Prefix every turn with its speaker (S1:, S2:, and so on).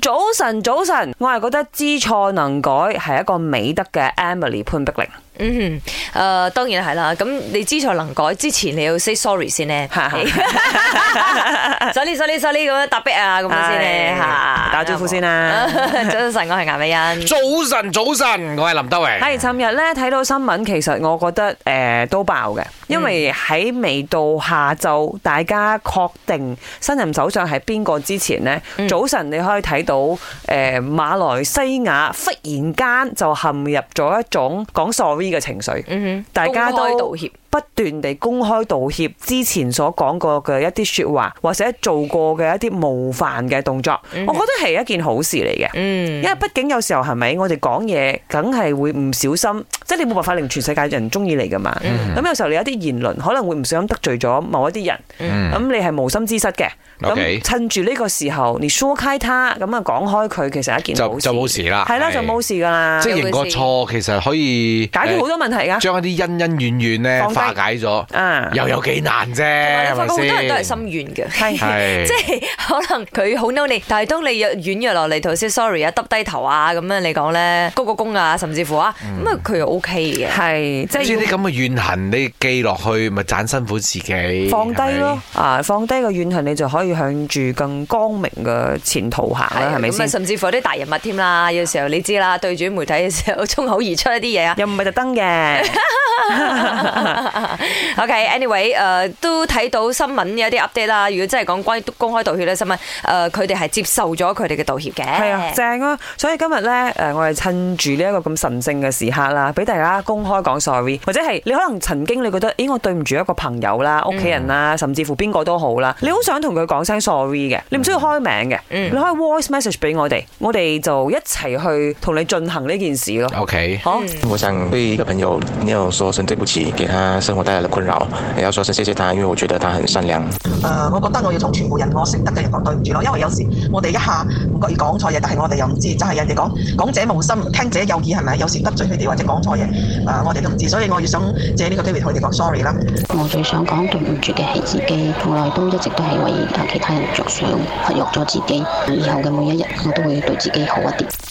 S1: 早晨，早晨，我係覺得知錯能改係一個美德嘅 Emily 潘碧玲，
S2: 嗯，誒、當然係啦。咁你知錯能改之前，你要 say sorry 先咧。sorry sorry sorry 咁樣答逼啊，咁樣先咧
S1: 係啊
S2: 嚇。啊
S1: 打招呼先啦
S2: 早晨，我係顏美欣。
S3: 早晨，早晨，我係林德榮。
S1: 係，尋日咧睇到新聞，其實我覺得誒、呃都爆
S2: 嗯
S1: 嘅，因為喺未到下晝，大家確定新任首相係邊個之前呢，
S2: 嗯
S1: 早晨你可以睇到誒、呃、馬來西亞忽然間就陷入咗一種講 sorry 嘅情緒，
S2: 嗯哼
S1: 大家
S2: 公開
S1: 都
S2: 道歉。
S1: 不斷地公開道歉之前所講過嘅一啲説話，或者做過嘅一啲冒犯嘅動作，
S3: 嗯
S1: 我覺得係一件好事嚟嘅。因
S2: 嗯
S1: 為畢竟有時候係咪我哋講嘢，梗係會唔小心，即係你冇辦法令全世界人中意你噶嘛。
S3: 嗯
S1: 咁有時候你有啲言論可能會唔小心得罪咗某一啲人，咁你係無心之失嘅。
S3: 嗯 OK
S1: 咁趁住呢個時候，你疏開他，咁啊講開佢，其實係一件好事
S3: 就就冇事啦，
S1: 係啦，就冇事噶啦，
S3: 即係認個錯，其實可以
S1: 解決好多問題
S3: 呃
S1: 噶。
S3: 將一啲恩恩怨怨咧
S1: 放低
S3: 化解咗，
S1: 啊，
S3: 又有幾難啫，
S2: 你
S3: 係
S2: 發覺好多人都
S3: 咪
S2: 係
S3: 先
S2: 心？軟嘅。
S1: 係
S3: 係
S2: 即係可能佢好嬲你，但係當你軟弱落嚟，頭先 sorry 啊，耷低頭啊，咁樣你講咧，鞠個躬啊，甚至乎啊，
S1: 嗯
S2: 咁啊佢又 OK 嘅。
S1: 係，即
S3: 即
S1: 係
S3: 係
S1: 要
S3: 啲咁嘅怨恨，你記落去咪盞辛苦自己，
S1: 放低
S3: 係
S1: 咯
S3: 咪。，
S1: 啊，放低個怨恨，你就可以向住更光明嘅前途行
S2: 係
S1: 啦，係咪
S2: 咁啊，
S1: 先？
S2: 甚至乎有啲大人物添啦，有時候你知啦，對住啲媒體嘅時候，衝口而出一啲 嘢啊。
S1: 又唔係特登嘅，
S2: OK，anyway，誒、都呃睇到新聞有啲 update 啦。如果真係講關於公開道歉咧，新聞誒佢哋係接受咗佢哋嘅道歉嘅。
S1: 係啊，正啊！所以今日咧，誒，我哋趁住呢一個咁神聖嘅時刻啦，俾大家公開講 sorry，或者係你可能曾經你覺得，咦，我對唔住一個朋友啦、屋企人啦，甚至乎邊個都好啦，你好想同佢講聲 sorry 嘅，你唔需要開名嘅，你可以 voice message 俾我哋，我哋就一齊去同你進行呢件事咯。
S3: OK，
S1: 好，
S4: 我想对一个朋友，没有说声对不起，给他生活带来的困扰，也要说声谢谢他，因为我觉得他很善良。
S5: 誒、呃我覺得我要同全部人我識得嘅人講對唔住咯，因為有時我哋一下唔覺意講錯嘢，但係我哋又唔知，就係、人哋講講者無心，聽者有意係咪？有時得罪佢哋或者講錯嘢，誒、我哋都唔知，所以我要想借呢個機會同佢哋講 sorry 啦。
S6: 我最想講對唔住嘅係自己，從來都一直都係為其他人着想，忽略咗自己。以後嘅每一日，我都會對自己好一啲。